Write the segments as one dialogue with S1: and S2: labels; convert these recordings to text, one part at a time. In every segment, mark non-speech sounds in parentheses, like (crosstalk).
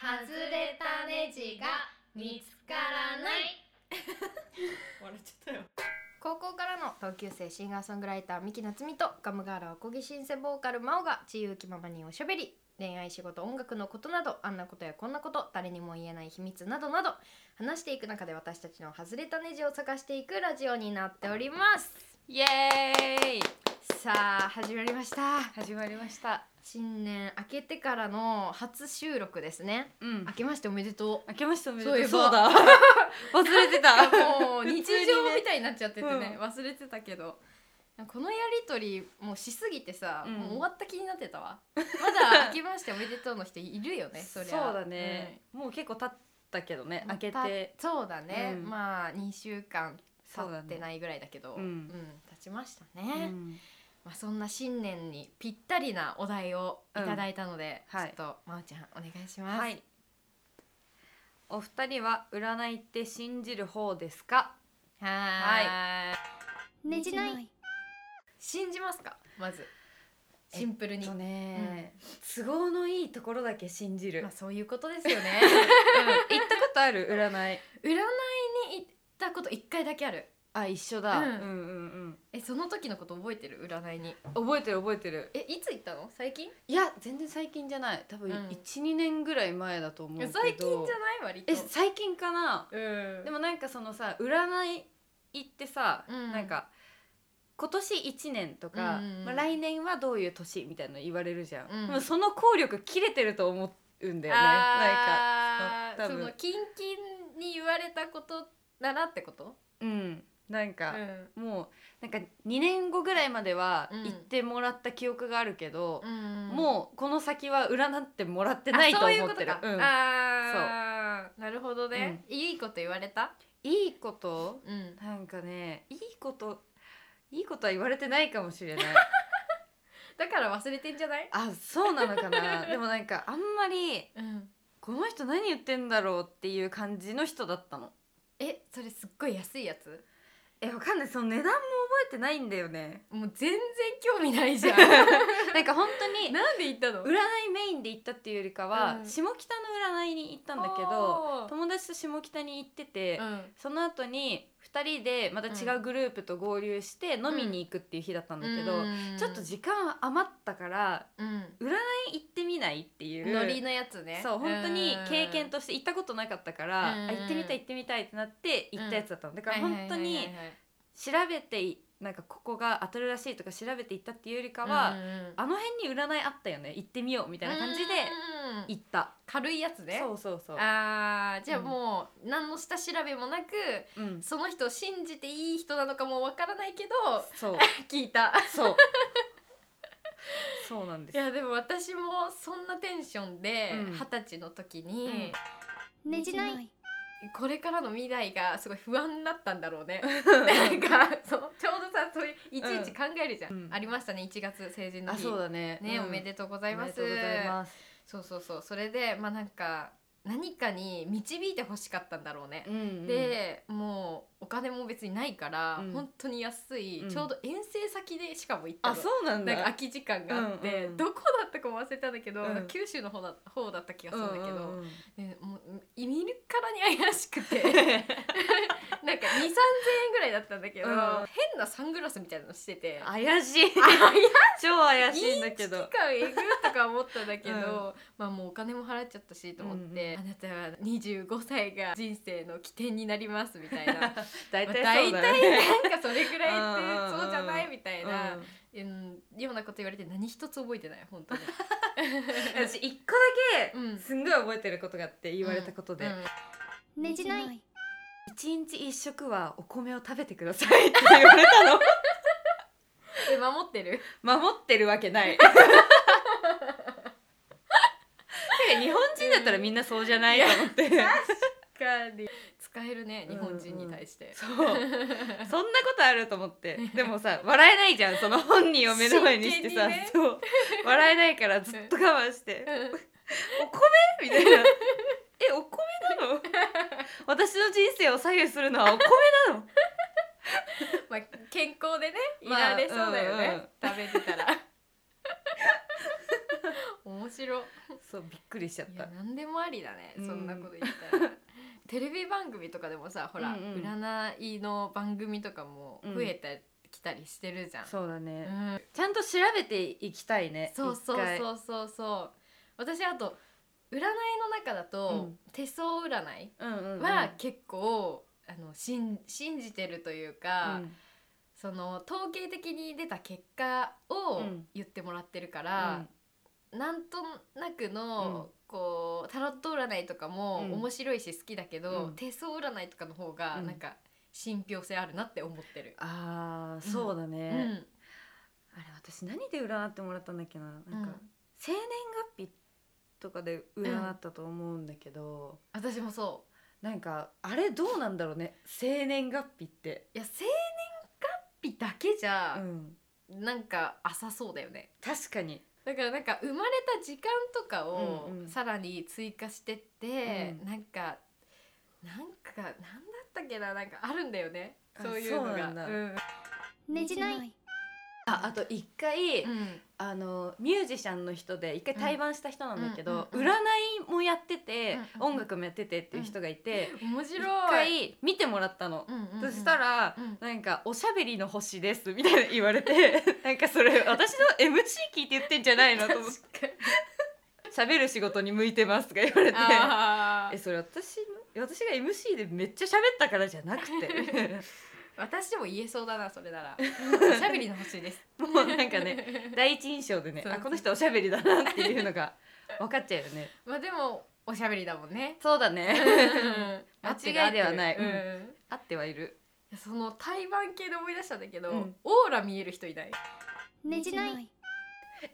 S1: 外れたネジが見つからない
S2: 笑っちゃったよ
S1: 高校からの同級生シンガーソングライター三木夏実とガムガールおこぎシンセボーカル真央が自由気ままにおしゃべり恋愛仕事音楽のことなどあんなことやこんなこと誰にも言えない秘密などなど話していく中で私たちの外れたネジを探していくラジオになっております
S2: イエーイ
S1: さあ始まりました
S2: 始まりました
S1: 新年明けてからの初収録ですね
S2: うん
S1: 明けましておめでとう
S2: 明けましておめでと
S1: そういうえば
S2: そうだ忘れてた
S1: もう日
S2: (laughs) 普通に
S1: 常
S2: ね
S1: みたいになっちゃっててね
S2: う
S1: 忘れてたけどこのやりとりもうしすぎてさ、
S2: うん
S1: もう終わった気になってた
S2: (laughs)
S1: わまだ「明けましておめでとう」の人いるよねそ
S2: そう
S1: りゃ
S2: だね、もう結構経ったけどね
S1: うん
S2: 明け
S1: ま
S2: て
S1: たそうだね、
S2: うん
S1: まあ2週間
S2: そう
S1: 経
S2: だ
S1: っ
S2: ね
S1: てないぐらいだけど
S2: うん
S1: 経ちました
S2: う
S1: ね、
S2: ん
S1: まあ、そんな新年にぴったりなお題をいただいたので、
S2: うんはい
S1: ちょっとまおちゃんお願いします、
S2: はいお二人は占いって信じる方ですか
S1: はーい
S3: ねじない
S1: 信じますかまずシンプルに、
S2: とね、都合のいいところだけ信じる、
S1: まあそういうことですよね
S2: 行ったことある占い
S1: (laughs) 占いに行ったこと一回だけある
S2: あ一緒だ、
S1: うん
S2: うんうん
S1: えその時のこと覚えてる占いに
S2: うん覚えてる覚えてる
S1: えいつ行ったの最近
S2: いや全然最近じゃない多分
S1: うん
S2: 12、年ぐらい前だと思うけど
S1: 最近じゃない割と
S2: え最近かな
S1: うん
S2: でもなんかそのさ占いってさ、
S1: うん
S2: なんか今年1年とか、
S1: うんうんうん
S2: まあ、来年はどういう年みたいなの言われるじゃん、
S1: うん
S2: でもその効力切れてると思うんだよねなんか
S1: あー
S2: なんかそ
S1: そ
S2: の多分
S1: のキンキンに言われたことならってこと
S2: うんなん
S1: う
S2: か、
S1: ん
S2: もうなんか2年後ぐらいまでは
S1: うん
S2: 行ってもらった記憶があるけど、
S1: うん
S2: もうこの先は占ってもらって
S1: う
S2: ないと思ってる
S1: あそういうことか、
S2: うん
S1: あーなるほどね、いいこと言われた
S2: いいこと
S1: うん
S2: なんかねいいこといいことは言われてないかもしれない
S1: だから忘れてんじゃない
S2: あそうなのかなでもなんかあんまり
S1: うん
S2: この人何言ってんだろうっていう感じの人だったの
S1: えそれすっごい安いやつ
S2: えわかんないその値段も覚えてないんだよね
S1: もう全然興味 (laughs) ないじゃん
S2: なんか本当 (laughs) に
S1: なんで行ったの
S2: 占いメインで行ったっていうよりかは、
S1: うん
S2: 下北の占いに行ったんだけど
S1: おー
S2: 友達と下北に行ってて、
S1: うん
S2: その後に2人でまた違うグループと合流して飲みに行くっていう日だったんだけど、ちょっと時間余ったから
S1: うん
S2: 行ってみないっていう
S1: ノリのやつね
S2: そう本当に経験
S1: と
S2: として行ったことなかったから、
S1: うん
S2: あ行ってみたい行ってみたいってなって行ったやつだったのだから本当に調べていなんかここが当たるらしいとか調べて行ったっていうよりかは、あの辺に占いあったよね行ってみようみたいな感じで行った、
S1: 軽いやつね
S2: そうそうそう、
S1: あーじゃあもう何の下調べもなく
S2: うん、
S1: その人を信じていい人なのかもわからないけど
S2: そう
S1: (laughs) 聞いた
S2: そうそうなんで
S1: い
S2: す
S1: やでも私もそんなテンションで
S2: うん
S1: 二十歳の時に、
S2: うん
S3: ねじない
S1: これからの未来がすごい不安だったんだろうねなんかそうちょうどさそういういちいち考えるじゃん、
S2: うん
S1: ありましたね1月成人の
S2: あ
S1: 日
S2: そうだね
S1: ね、
S2: うん
S1: おめでとうございます
S2: おめでとうございます
S1: そうそうそうそれでまあなんか何かに導いてほしかったんだろうね、
S2: うんうん
S1: でもうお金も別にないから、
S2: うん
S1: 本当に安い、
S2: うん
S1: ちょうど遠征先でしかも行ったの
S2: あそうなんだ
S1: なんか空き時間があって、
S2: うんうん
S1: どこだったかも忘れたんだけど、
S2: うん
S1: 九州の方だ方だった気がす
S2: う
S1: る
S2: ん
S1: んだけど、
S2: う
S1: (laughs)
S2: んうん
S1: でもう見るからに怪しくて
S2: (laughs)
S1: なんか2 3 0 0 0円ぐらいだったんだけど、
S2: うん
S1: 変なサングラスみたいなのしてて
S2: 怪しい (laughs) 超怪しいんだけど
S1: 危機感えぐとか思ったんだけど、まあもうお金も払っちゃったしと思って、
S2: うん
S1: あなたは25歳が人生の起点になりますみたいな
S2: (laughs)
S1: まあ (laughs)
S2: 大
S1: 大
S2: 体そ
S1: 体
S2: う
S1: な
S2: だ
S1: ん
S2: ね
S1: かそれぐらいっ
S2: うん
S1: てそうじゃないみたいな
S2: う、ん
S1: うんようなこと言われて何一つ覚えてない本当に。
S2: 私一個だ
S1: うん
S2: けすんごい覚えてることがあって言われたことで
S1: うん
S3: ねじない
S2: 「一、日一食はお米を食べてください」って言われた
S1: (laughs)
S2: の
S1: え守って
S2: (laughs)
S1: る
S2: 守ってるわけ
S1: (laughs)
S2: ないなんか日本人だったらみんなそうじゃないと思って、
S1: 使えるね日本人に対して。 (laughs)
S2: そうそんなことあると思ってでもさ笑えないじゃんその本人を目の前にして
S1: 真
S2: さ、
S1: 剣にね
S2: そう笑えないからずっと我慢して
S1: うん
S2: お米みたいなえお米なの (laughs) 私の人生を左右するのはお米なの
S1: まあ健康でねい
S2: まあ
S1: られそうだよね、
S2: うんうん
S1: 食べてたら (laughs) 面白い
S2: (laughs) そそうびっくりしちゃっ
S1: いや
S2: た
S1: 何でもありだね、
S2: うん
S1: そんなこと言ったら (laughs) テレビ番組とかでもさほら、
S2: うんうん
S1: 占いの番組とかも増えてきたりしてるじゃん、
S2: そうだね、
S1: うん
S2: ちゃんと調べていきたいね
S1: そうそう
S2: 一回
S1: そうそうそう私あと占いの中だと、
S2: うん
S1: 手相占い
S2: うんうんうん
S1: は結構、あの信信じてるというか、
S2: うん
S1: その統計的に出た結果を
S2: うん
S1: 言ってもらってるから、なんとなくの、
S2: うん
S1: こうタロット占いとかも
S2: うん
S1: 面白いし好きだけど、
S2: うん
S1: 手相占いとかの方が
S2: うん
S1: なんか信憑性あるなって思ってる。
S2: あーそうだ
S1: う
S2: ね、
S1: ん
S2: あれ私何で占ってもらったんだっけななんか、
S1: うん
S2: 生年月日とかで占ったと思うんだけど、
S1: 私もそう
S2: なんかあれどうなんだろうね生年月日って、
S1: いや生年月日だけじ
S2: う
S1: ゃ、
S2: ん、
S1: なんか浅そうだよね
S2: 確かに
S1: だからなんか生まれた時間とかを
S2: うんうん
S1: さらに追加してって、
S2: うん
S1: なんかなんかなんだったっけななんかあるんだよね
S2: あ
S1: そういうの
S2: そう
S1: が
S2: なんだ
S1: うん
S3: ねじない
S2: ああと一回、
S1: うん
S2: あのミュージシャンの人で一回対バンした人なんだけど、
S1: うんうんうん
S2: 占いもやってて
S1: うん、うんうん
S2: 音楽もやっててっていう人がいて、
S1: 面
S2: 一
S1: 白い
S2: 回見てもらったの、
S1: うんうんうん
S2: そしたら、 (laughs)
S1: うん
S2: なんか「おしゃべりの星です」みたいな言われ
S1: (laughs)
S2: てなんかそれ私の MC 聞いて言ってんじゃないのと思って「喋る仕事に向いてます」とか言われて
S1: あ
S2: 「え
S1: ー
S2: それ私の私が MC でめっちゃ喋ったからじゃなく
S1: (laughs)
S2: て
S1: 私でも言えそうだなそれな
S2: (laughs)
S1: らおしゃべりの星です
S2: もうなんかね第一印象でね
S1: そう
S2: あこの人おしゃべりだなっていうのが分かっちゃうよね。
S1: (laughs) まあでもおしゃべりだもん
S2: (laughs)
S1: ね
S2: そうだね間違いではない
S1: 合ってる合ってるうん
S2: あってはいる。
S1: いやその対バン系で思い出したんだけど、
S2: うん
S1: オーラ見える人いない
S3: ねじない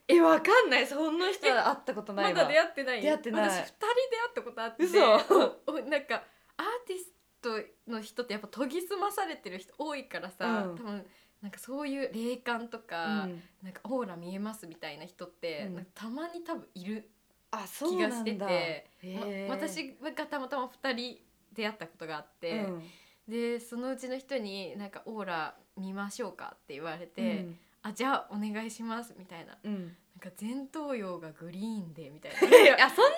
S2: えわかんないそんな人は会ったことな
S1: ま
S2: いわ。
S1: だ出会ってない
S2: 出会ってない
S1: 私二人出会ったことあって
S2: 嘘
S1: おなんかアーティストの人ってやっぱ研ぎ澄まされてる人多いからさ、
S2: うん
S1: 多分なんかそういう霊感とか、
S2: うん
S1: なんかオーラ見えますみたいな人って、
S2: うん
S1: なんかたまに多分いる、
S2: あそうなんだ
S1: 気がしててま
S2: へー
S1: 私がたまたま二人出会ったことがあって、
S2: うん
S1: でそのうちの人になんかオーラ見ましょうかって言われて、
S2: うん
S1: あじゃあお願いしますみたいな
S2: う
S1: な
S2: ん、
S1: んか前頭葉がグリーンでみ
S2: (laughs)
S1: たいな
S2: あそんな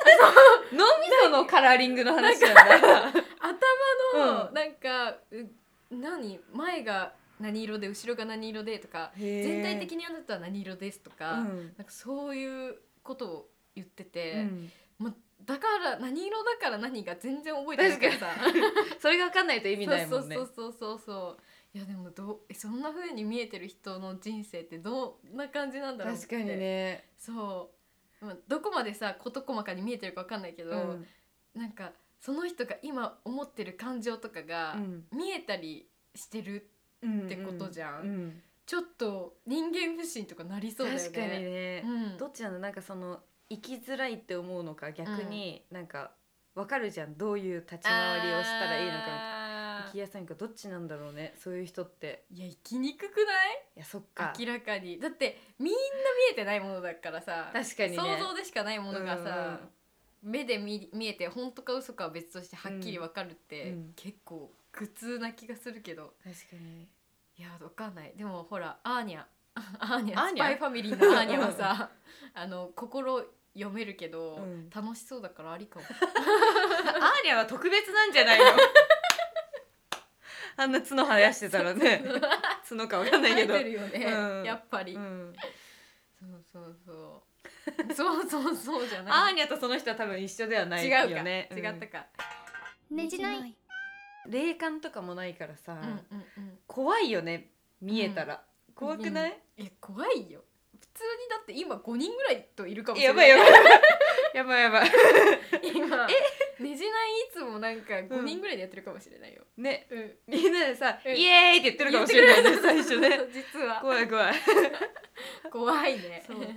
S2: 脳みそのカラーリングの話なんだ。
S1: 頭の、
S2: うん
S1: なんかう何前が何色で後ろが何色でとか全
S2: 全
S1: 体的にあなたは何色ですとか,、
S2: うん
S1: なんかそういうことを言って
S2: う
S1: て、
S2: ん、
S1: ま、だから何色だから何が全然覚えてないからさ (laughs)
S2: それが分かんないと意味ないもんね。
S1: そうそうそうそうそういやでもどうえそんな風に見えてる人の人生ってどんな感じなんだろうって
S2: 確かにね。
S1: そうまあどこまでさ事細かに見えてるか分かんないけど、
S2: うん
S1: なんかその人が今思ってる感情とかが見えたりしてる、
S2: うん
S1: ってことじゃん
S2: うん
S1: ちょっと人間不信とかなりそうだよね。
S2: 確かにね。
S1: うん、
S2: どっちなのなんかその生きづらいって思うのか逆になんか分かるじゃんどういう立ち回りをしたらいいのか
S1: か
S2: 生きやすいのかどっちなんだろうねそういう人って。
S1: いや生きにくくない
S2: いやそっか
S1: 明らかにだってみんな見えてないものだからさ
S2: 確かにね。
S1: 想像でしかないものがさ、
S2: うんうん
S1: 目で見見えて本当か嘘かは別としてはっきり分かるって、
S2: うんうん
S1: 結構苦痛な気がするけど
S2: 確かに。
S1: いやわかんないでもほらアーニャ (laughs) アーニャ
S2: アー
S1: ス
S2: ニャ
S1: パイファミリーのアーニャはさあの心読めるけど、
S2: うん
S1: 楽しそうだからありか
S2: (laughs)
S1: も
S2: アーニャは特別なんじゃないの (laughs) あんな角生やしてた
S1: (laughs)
S2: らね角かわかんな
S1: 生
S2: いけ
S1: え
S2: ど
S1: てるよね、
S2: うん
S1: やっぱり、
S2: うん
S1: そうそうそうそうそうそうじゃ
S2: ア
S1: な
S2: (laughs) ーニャとその人は多分一緒ではないい
S1: 違う
S2: よ
S1: か、
S2: ね
S1: 違ったか、
S3: ねじない
S2: うん霊感とかもないからさ、
S1: うんうんうん
S2: 怖いよね見えたら、怖くない、
S1: え怖いよ普通にだって今5人ぐらいといるかもしれ
S2: や
S1: な
S2: ば
S1: い
S2: いやばい (laughs) やばいやばい
S1: 今ねじないいつもなんか5人ぐらいでやってるかもしれないよ、
S2: ね
S1: うん
S2: みんなでさ「
S1: うん
S2: イエーイ!」って言ってるかもしれないね
S1: 言ってく
S2: 最
S1: れ
S2: 初
S1: る (laughs)
S2: ね
S1: 実は
S2: 怖い怖い
S1: 怖いね
S2: そうだ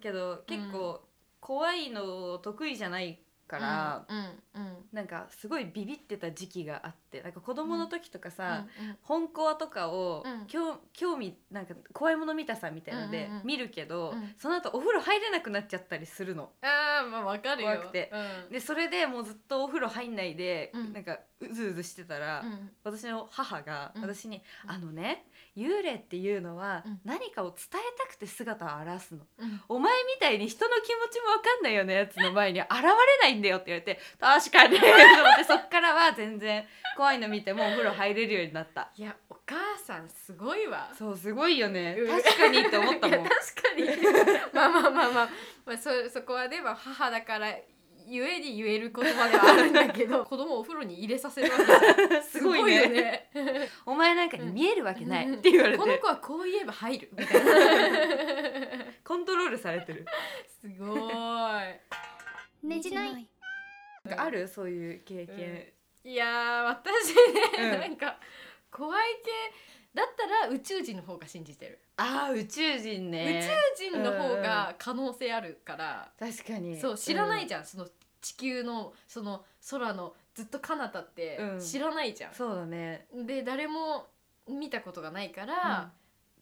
S2: けど結構怖いの得意じゃないから、
S1: うんうんうん
S2: なんかすごいビビってた時期があってなんか子供の時とかさ、
S1: うん
S2: 本コアとかを、
S1: うん
S2: 興興味なんか怖いもの見たさみたいので、
S1: うんうんうん
S2: 見るけど、
S1: うん
S2: その後お風呂入れなくなっちゃったりするの。
S1: あーまあわかるよ
S2: 怖くてでそれでもうずっとお風呂入んないで、
S1: うん
S2: なんかうずうずしてたら、
S1: うんうん
S2: 私の母が
S1: うん
S2: 私に「
S1: うん
S2: あのね幽霊っていうのは
S1: うん
S2: 何かを伝えたくて姿を現すの
S1: うん
S2: お前みたいに人の気持ちも分かんないようなやつの前に現れないんだよ」って言われて「確かに」と
S1: (laughs)
S2: 思ってそっからは全然怖いの見てもお風呂入れるようになった。
S1: いやお母さんすごい
S2: (laughs)
S1: わ
S2: そうすごいよね
S1: うん
S2: 確かにって思ったもん
S1: いや確かにまあまあまあまあ、まあ、そそこはでも母だからゆえに言える言葉ではあるんだけ
S2: (laughs)
S1: ど子供をお風呂に入れさせるわけだから
S2: すごいね
S1: すよね
S2: (laughs) お前なんかに見えるわけない
S1: うん
S2: って言われ
S1: この
S2: て
S1: 子はこう言えば入るみたいな
S2: (laughs) コントロールされてる
S1: すごー
S3: ねじない
S2: なんかあるそういう経験
S1: いいやー私ね、
S2: うん
S1: なんか怖い系だったら宇宙人の方が信じてる、
S2: あー宇宙人ね
S1: 宇宙人の方が可能性あるから、
S2: 確かに
S1: そう知らない
S2: ん
S1: じゃん、その地球のその空のずっと彼方って
S2: うん
S1: 知らないじゃん、
S2: そうだね
S1: で誰も見たことがないから、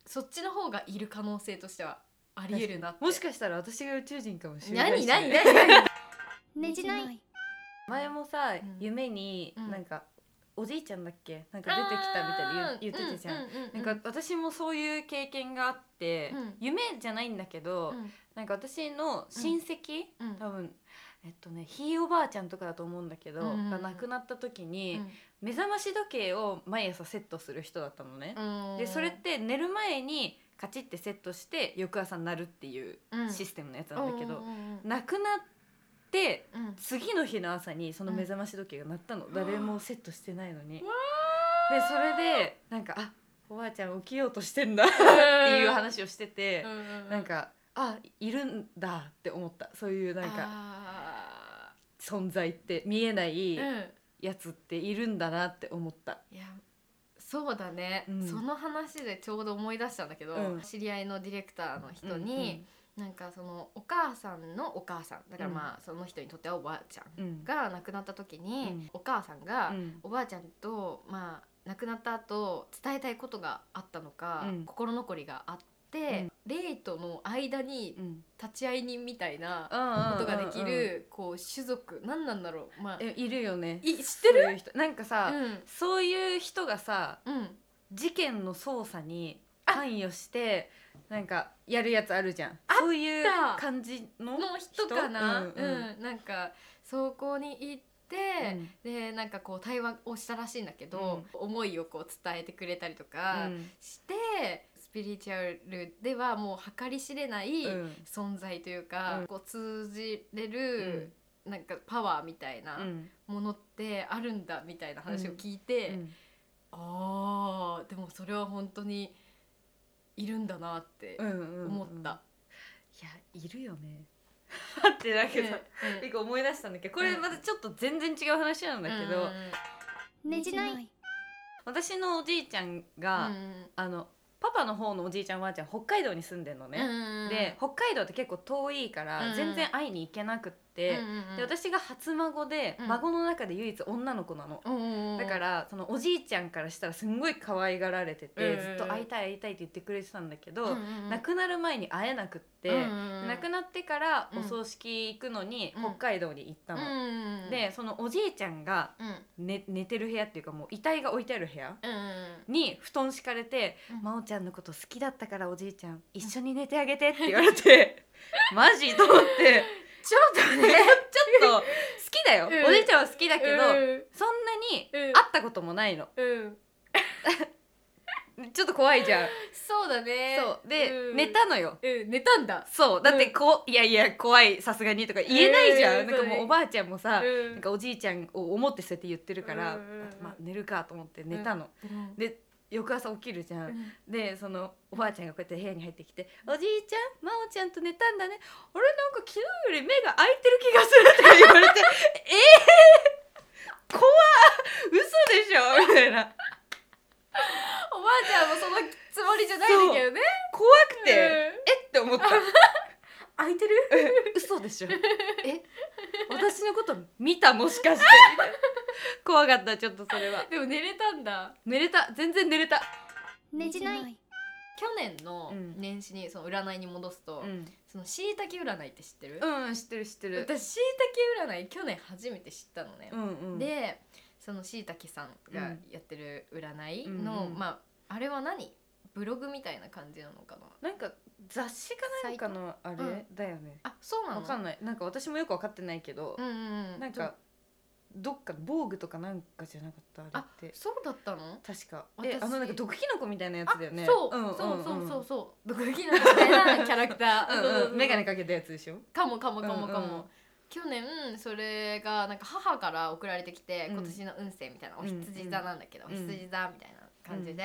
S1: そっちの方がいる可能性としてはありえるなって
S2: もしかしたら私が宇宙人かもしれない
S1: 何
S2: し
S1: 何何何
S3: ねじない
S2: 前もさ、
S1: うん
S2: 夢に
S1: うん
S2: なんか、おじいちゃんだっけなんか出てきたみたいな言う言ってたじゃん、
S1: ううう
S2: なんか私もそういう経験があって、
S1: うん
S2: 夢じゃないんだけど、
S1: うん
S2: なんか私の親戚、
S1: うん
S2: 多分えっとねひいおばあちゃんとかだと思うんだけど、
S1: うんうんうん
S2: が亡くなった時に、
S1: うん
S2: 目覚まし時計を毎朝セットする人だったのね、
S1: うん
S2: でそれって寝る前にカチッてセットして翌朝鳴るっていうシステムのやつなんだけど、
S1: うんうんうん
S2: 亡くなって
S1: うんうん
S2: 次の日の朝にその目覚まし時計が鳴ったの、
S1: ん
S2: 誰もセットしてないのにで
S1: わ
S2: それでなんかあおばあちゃん起きようとしてんだっていう話をしてて、
S1: うん
S2: なんかあいるんだって思ったそういうなんか
S1: か
S2: 存在って見えない
S1: うん
S2: やつっているんだなって思った、
S1: いやそうだね、
S2: うん
S1: その話でちょうど思い出したんだけど、
S2: うん
S1: 知り合いのディレクターの人に、なんかそのお母さんのお母さんだからまあその人にとってはおばあちゃん
S2: うん、うん
S1: が亡くなった時に、
S2: うん
S1: お母さんが、
S2: うん
S1: おばあちゃんとまあ亡くなった後伝えたいことがあったのか、
S2: うん
S1: 心残りがあって、霊との間に
S2: うん
S1: 立ち会い人みたいなこ
S2: こと
S1: ができるこう種族何なんだろうまあ
S2: えいるよね
S1: い知ってる
S2: そういう人なんかさ、
S1: うん
S2: そういう人がさ
S1: うん
S2: 事件の捜査に関与してなんかやるやつあるじゃんそういう感じの
S1: の人かな
S2: う
S1: うんん、
S2: うん
S1: なんか走行に行って、
S2: うん
S1: でなんかこう対話をしたらしいんだけど、思いをこう伝えてくれたりとか
S2: うん
S1: して、スピリチュアルではもう計り知れない
S2: うん
S1: 存在というか、
S2: うん
S1: こう通じれる、なんかパワーみたいな
S2: うん
S1: ものってあるんだみたいな話を聞いて、
S2: うん
S1: あーでもそれは本当にいるんだなって
S2: うんうん
S1: 思っ
S2: うんいや
S1: た。
S2: いるよね待ってだけど
S1: うん
S2: 一個思い出したんだけどこれまたちょっと全然違う話なんだけど、
S3: ねじない
S2: 私のおじいちゃんが、あのパパの方のおじいちゃんおばあちゃん北海道に住んでんのね、で北海道って結構遠いから
S1: うん
S2: 全然会いに行けなくって、で私が初孫で、
S1: うん
S2: 孫の中で唯一女の子なの、だからそのおじいちゃんからしたらすんごい可愛がられてて、
S1: うん
S2: ずっと会いたい会いたいって言ってくれてたんだけど、亡
S1: 亡
S2: くなる前に会えなくって、亡く
S1: っ
S2: なってから
S1: うん
S2: お葬式行くのに
S1: うん
S2: 北海道に行ったの、
S1: の
S2: でそのおじいちゃんが寝寝てる部屋っていうかもう遺体が置いてある部屋に布団敷かれて「真央ちゃんのこと好きだったからおじいちゃん一緒に寝てあげて」って言わ
S1: (laughs)
S2: れて「マジ?」と思って。
S1: ちょっと
S2: ね
S1: ね
S2: (laughs) ちょっと好きだよ、
S1: うん
S2: おじいちゃんは好きだけど、
S1: うん
S2: そんなに会
S1: うん
S2: ったこともないの
S1: うん
S2: ちょっと怖いじゃん、
S1: そうだね
S2: そうで、
S1: うん
S2: 寝たのよ
S1: うん寝たんだ
S2: そうだってこう、いやいや怖いさすがにとか言えないじゃん、
S1: うん
S2: なんかもうおばあちゃんもさ、
S1: うん
S2: なんかおじいちゃんを思ってそうやって言ってるから、
S1: うん
S2: あまあ寝るかと思って寝たの、で翌朝起きるじゃん、
S1: うん
S2: でそのおばあちゃんがこうやって部屋に入ってきて「おじいちゃん真央ちゃんと寝たんだねあれなんか昨日より目が開いてる気がする」って言われて (laughs) 「ええー、怖っ嘘でしょ」みたいな
S1: おばあちゃんもそのつもりじゃないんだけどね
S2: 怖くて「え (laughs) っ?」て思った (laughs)
S1: 開いてる
S2: 「嘘でしょえ私のことと見たもしかして (laughs) 怖かったちょっとそれは
S1: でも寝れたんだ
S2: 寝れた全然寝れた、
S3: ねじない
S1: 去年の
S2: うん
S1: 年始にその占いに戻すと、
S2: うん、
S1: そのしいたけ占いって知ってる、
S2: うん知ってる知ってる
S1: 私しいたけ占い去年初めて知ったのね、
S2: うんうん
S1: でそのしいたけさんがやってる占いの、
S2: うんうん
S1: まああれは何ブログみたいな感じなのかな
S2: なんか雑誌かなんかのあ
S1: ト
S2: れだよね、
S1: あそうな
S2: わ
S1: の
S2: かんないなんか私もよくわかってないけど
S1: う、んうんうん
S2: なんかどっか防具とかなんかじゃなかったあれって
S1: そうだったの
S2: 確かえ
S1: 私
S2: あのなんか毒キノコみたいなやつだよね
S1: あそう、
S2: んんん
S1: そうそうそうそう毒キノコみたいなキャラクターそうそううんそう
S2: うん、メガネかけたやつでしょ
S1: かもかもかもかも、
S2: うんうん
S1: 去年それがなんか母から送られてきて、
S2: うん
S1: 今年の運勢みたいなお
S2: うんうん
S1: 羊座なんだけど、
S2: うん
S1: お羊座みたいな感じで、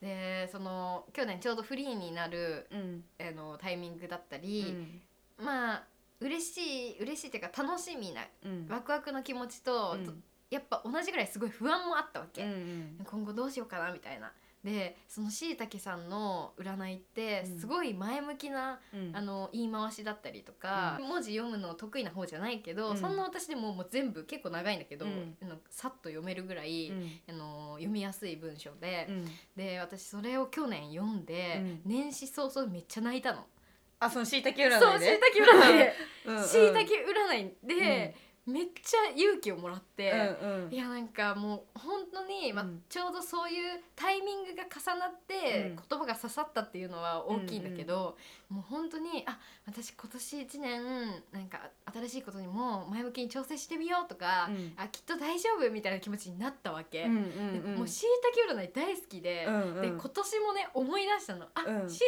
S1: でその去年ちょうどフリーになる
S2: うん、
S1: あのタイミングだった
S2: う
S1: り、
S2: ん
S1: まあ嬉しい嬉しいっていうか楽しみな
S2: うん
S1: ワクワクの気持ちと、
S2: うん
S1: とやっぱ同じぐらいすごい不安もあったわけ、
S2: うんうん
S1: 今後どうしようかなみたいな。でそのしいたけさんの占いって
S2: うん
S1: すごい前向きな
S2: うん
S1: あの言い回しだったりとか、
S2: う
S1: 文字読むの得意な方じゃないけど、
S2: うん
S1: そんな私でももう全部結構長いんだけど、
S2: うん
S1: あのさっと読めるぐらい、
S2: うん
S1: あの読みやすい文章で、
S2: うん
S1: で私それを去年読んで、
S2: うん
S1: 年始早々めっちゃ泣いたの。
S2: あそのしいたけ占いで
S1: そうしいたけ占いで、
S2: うんうん
S1: しいたけ占いで、めっちゃ勇気をもらって。
S2: うんうん
S1: いやなんかもう本当に、まあ
S2: うん
S1: ちょうどそういうタイミングが重なって、
S2: うん
S1: 言葉が刺さったっていうのは大きいんだけど、もう本当にあ私今年1年なんか新しいことにも前向きに挑戦してみようとか、
S2: うん
S1: あきっと大丈夫みたいな気持ちになったわけ。
S2: うん
S1: で
S2: うんうん
S1: もうしいたけ占い大好きで、
S2: うんうん
S1: で今年もね思い出したのあ、
S2: うん
S1: しいた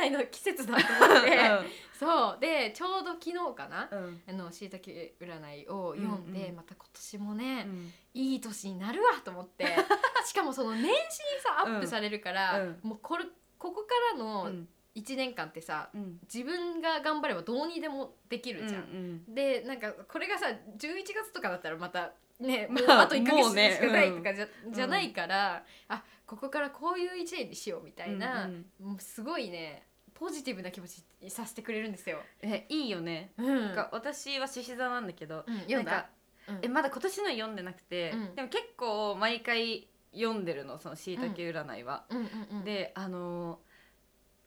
S1: け占いの季節だと思って、 (laughs) そうでちょうど昨日かな、
S2: うんうん
S1: あのしいたけ占いを読んで、
S2: うんうん
S1: また今年もね、
S2: うん
S1: いい年になるわと思って
S2: (laughs)
S1: しかもその年始にさア
S2: うん
S1: ップされるから、
S2: うん
S1: もうこれここから
S2: う
S1: の
S2: ん
S1: 1年間ってさ
S2: うん
S1: 自分が頑張ればどうにでもできるじゃん。
S2: うん
S1: でなんかこれがさ11月とかだったらまたねもう
S2: まあ
S1: あと1ヶ月
S2: もうね
S1: しかない
S2: うん
S1: とかじゃ,、じゃないから、あここからこういう1年にしようみた
S2: うん
S1: いな、
S2: うんうん
S1: もうすごいねポジティブな気持ちにさせてくれるんですよ。
S2: えいいよね
S1: うん、
S2: なんか私は獅子座なんだけど
S1: うん読ん
S2: なんか
S1: だうん
S2: えまだ今年の読んでなくて、
S1: うん
S2: でも結構毎回読んでるのそのしいたけ占いは。
S1: うんうんうん、
S2: であのー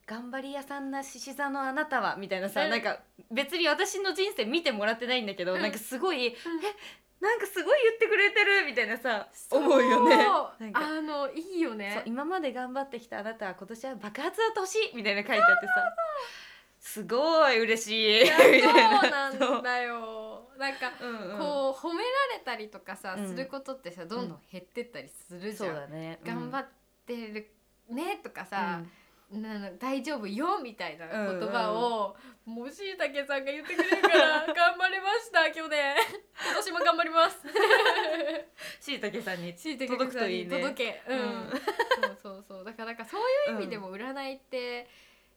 S2: 頑張り屋さんな獅子座のあなたは」みたいなさ、
S1: うん
S2: なんか別に私の人生見てもらってないんだけど、
S1: うん
S2: なんかすごい「えなんかすごい言ってくれてる」みたいなさ思うよね。
S1: (laughs) そう
S2: なんか
S1: あのいいよね
S2: そう今まで頑張ってきたあなたは今年は爆発の年みたいな書いてあってさすごい嬉しいみたい
S1: そう
S2: な
S1: なんだよなんか
S2: そううんうん
S1: こう褒められたりとかさ、
S2: うん
S1: することってさどんどん減ってったりするじゃ
S2: そ
S1: ん、
S2: うだね
S1: 頑張
S2: っ
S1: ってるねとかさ、なの大丈夫よみたいな
S2: うん
S1: 言葉を、もうしいたけさんが言ってくれるから
S2: (laughs)
S1: 頑張りました去年今年も頑張り
S2: (laughs)
S1: ます
S2: しいたけさんに
S1: しいたけ
S2: 届くといいね
S1: 届けうん、
S2: うん
S1: そうそうそうだからなんかそういう意味でも占いって、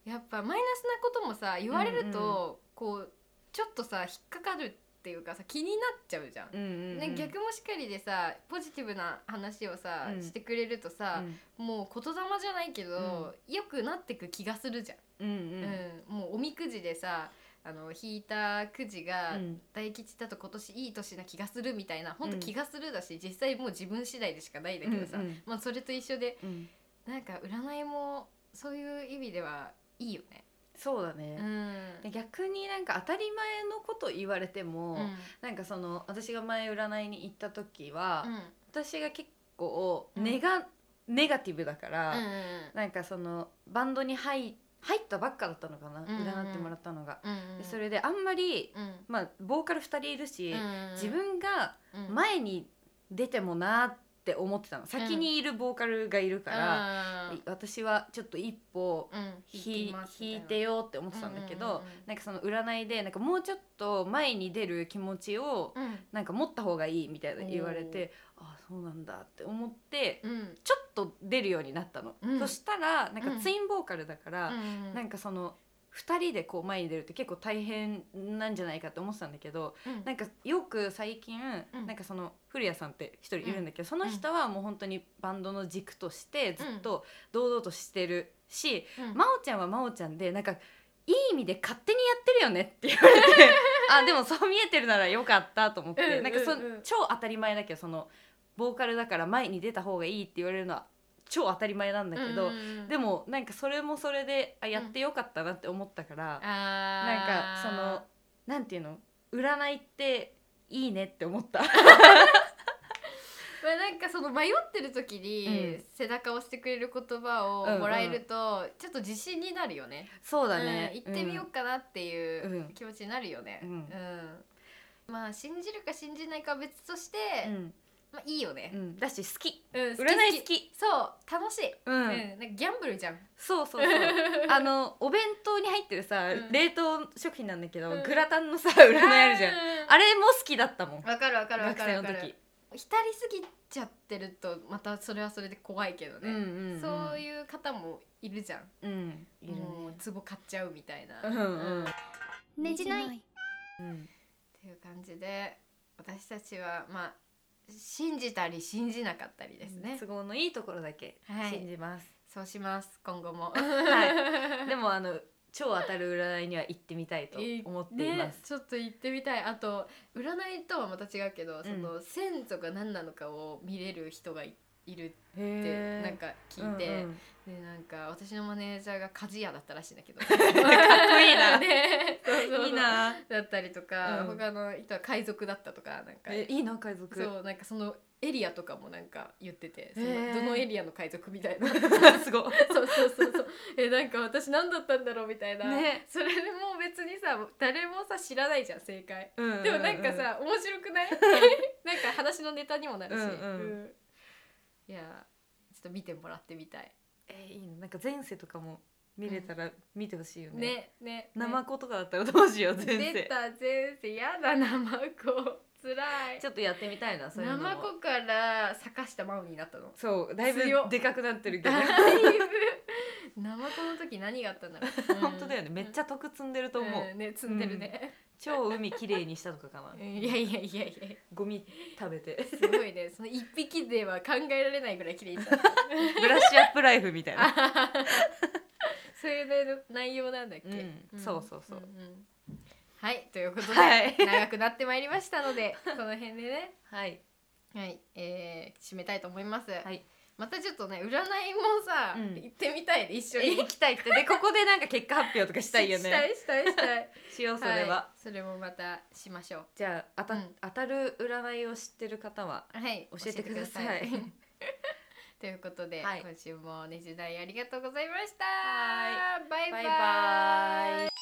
S1: やっぱマイナスなこともさ言われる
S2: うん
S1: と、こうちょっとさ引っかかるっていうかさ気になっちゃうじゃん。
S2: うんうんうん
S1: ね、逆もしかりでさポジティブな話をさ、
S2: うん
S1: してくれるとさ、もう言霊じゃないけど、良くなってく気がするじゃん、
S2: うんうん
S1: うんもうおみくじでさあの引いたくじ
S2: う
S1: が
S2: ん
S1: 大吉だと今年いい年な気がするみたいな本
S2: う
S1: 当
S2: ん
S1: 気がするだし、実際もう自分次第でしかないんだけどさ、
S2: うんうん
S1: まあ、それと一緒で
S2: うん
S1: なんか占いもそういう意味ではいいよね。
S2: そうだね、
S1: うん
S2: で逆になんか当たり前のこと言われても、
S1: うん
S2: なんかその私が前占いに行った時は、
S1: うん
S2: 私が結構
S1: うん
S2: ネガ、ネガティブだから、
S1: うん
S2: なんかそのバンドに入入ったばっかだったのかな、
S1: んうん
S2: 占ってもらったのが、
S1: うんうん
S2: でそれであんまり、
S1: うん
S2: まあ、ボーカル2人いるし、
S1: うん
S2: 自分が
S1: うん
S2: 前に出てもなって思ってたの先にいるボーカルがいるから、
S1: うん
S2: 私はちょっと一歩
S1: うん弾
S2: ひ
S1: きますみ
S2: 引
S1: た
S2: い
S1: な
S2: てよって思ってたんだけど、
S1: うんうんうんうん
S2: なんかその占いでなんかもうちょっと前に出る気持ちを
S1: うん
S2: なんか持った方がいいみたいな言われてああそうなんだって思って
S1: うん
S2: ちょっと出るようになったの、
S1: うん
S2: そしたらなんか
S1: うん
S2: ツインボーカルだから、
S1: うん
S2: なんかその2人でこう前に出るって結構大変なんじゃないかって思ってたんだけど
S1: うん
S2: なんかよく最近、
S1: うん
S2: なんかその古谷さんって一人いるんだけど、その人はもう本当にバンドの軸としてずっと堂々としてるし、
S1: うん (laughs)
S2: 真央ちゃんは真央ちゃんでなんかいい意味で勝手にやってるよねって言われてあでもそう見えてるならよかったと思って、
S1: うんうんうん
S2: なんかそ超当たり前だけどそのボーカルだから前に出た方がいいって言われるのは超当たり前なんだけど、で
S1: も
S2: もなんかそれもそれであやってよかったなって思ったから、なんかそのなんていうの占いっていいねって思
S1: (laughs)
S2: った。
S1: まあ、なんかその迷ってる時に
S2: うん
S1: 背中を押してくれる言葉
S2: うんう
S1: を
S2: ん
S1: もらえるとちょっと自信になるよね。
S2: そうだね、
S1: うん行ってみようかなっていううん気持ちになるよね。
S2: うん
S1: うんまあ信じるか信じないかは別として、
S2: うん、うん
S1: まあいいよね
S2: う。ん、だし好き
S1: うん、
S2: 占い好き、
S1: そう楽しい。
S2: うん
S1: うん、なんかギャンブルじゃん。
S2: そ
S1: (laughs)
S2: うそうそうあのお弁当に入ってるさ、
S1: うん
S2: 冷凍食品なんだけど、
S1: うん
S2: グラタンのさ (laughs) 占いあるじゃん、
S1: うん
S2: あれも好きだったもん
S1: わかるわかるわ
S2: 学
S1: かる
S2: 生
S1: わ
S2: の
S1: かる。
S2: 時
S1: 浸りすぎちゃってるとまたそれはそれで怖いけど
S2: うん
S1: ね。
S2: うんうん
S1: そう
S2: う
S1: いう方もいるじゃん。
S2: うんいるね
S1: もうツボ買っちゃうみたいな。
S2: うんうん
S3: ねじない
S2: うん
S1: っていう感じで私たちはまあ信じたり信じなかったりですね、
S2: 都合のいいところだけ
S1: はい
S2: 信
S1: (laughs)
S2: じます、
S1: そうします今後も (laughs)
S2: はいでもあの超当たる占いには行ってみたいと思っていま
S1: ね
S2: す、
S1: ちょっと行ってみたいあと占いとはまた違うけど、その先祖が何なのかを見れる人がいいるってなんか聞いて、
S2: うんうん
S1: でなんか私のマネージャーが鍛冶屋だったらしいんだ
S2: (laughs)
S1: けどかっ
S2: こいいな
S1: (laughs) ね、そうそうそう
S2: いいな
S1: だったりとか、
S2: うん
S1: 他の人は海賊だったとかなんか
S2: えいいな海賊
S1: そうなんかそのエリアとかもなんか言ってて、そ
S2: へー
S1: のどのエリアの海賊みた
S2: (laughs)
S1: いなそう
S2: (laughs) すごい
S1: そうそうそう (laughs) えなんか私何だったんだろうみたいな、
S2: ね
S1: それでもう別にさ誰もさ知らないじゃん正解
S2: でも
S1: でもなんかさ、面白くない
S2: (laughs)
S1: なんか話のネタにもなるし、
S2: うんうん
S1: いやちょっと見てもらってみたい
S2: えーいいねなんか前世とかも見れたら見てほしいよね,、
S1: ねね
S2: ナマ
S1: ね
S2: コとかだったらどうしよう前
S1: 出
S2: 世
S1: た前世やだナマコつらい
S2: ちょっとやってみたいなそういう
S1: ナ
S2: のも
S1: マコから坂下真央になったの
S2: そうだいぶ
S1: 強っ
S2: でかくなってるけど
S1: (laughs) だいぶナマコの時何があったんだろう
S2: (laughs) 本当だよねめっち
S1: ゃ
S2: ゃ得積んでると思う、
S1: ね積んでるね、
S2: 超海きれいにしたとかかな
S1: いやいやいやいや
S2: ゴミ食べて
S1: すごいねその一匹では考えられないぐらい綺麗にした
S2: (laughs) ブラッシュアップライフみたいな、
S1: そういうね内容なんだっけ、
S2: うんそうそうそうん
S1: んはいということで、
S2: はい
S1: 長くなってまいりましたの
S2: (laughs)
S1: でこの辺でね
S2: はい、
S1: はい、えー、締めたいと思います、
S2: はい
S1: またちょっとね占いもさ、
S2: うん
S1: 行ってみたいで一緒に
S2: 行きたいってでここでなんか結果発表とか (laughs) したいよ
S1: (laughs) した
S2: ね
S1: いしたいしたい
S2: しようそれは、
S1: い、それもまたしましょう
S2: じゃあ当た,、
S1: うん
S2: 当たる占いを知ってる方は
S1: はい、
S2: 教えてください
S1: (laughs) ということで、
S2: はい
S1: 今週もねじだいありがとうございました。
S2: は
S1: バイバイ。
S2: バイバイ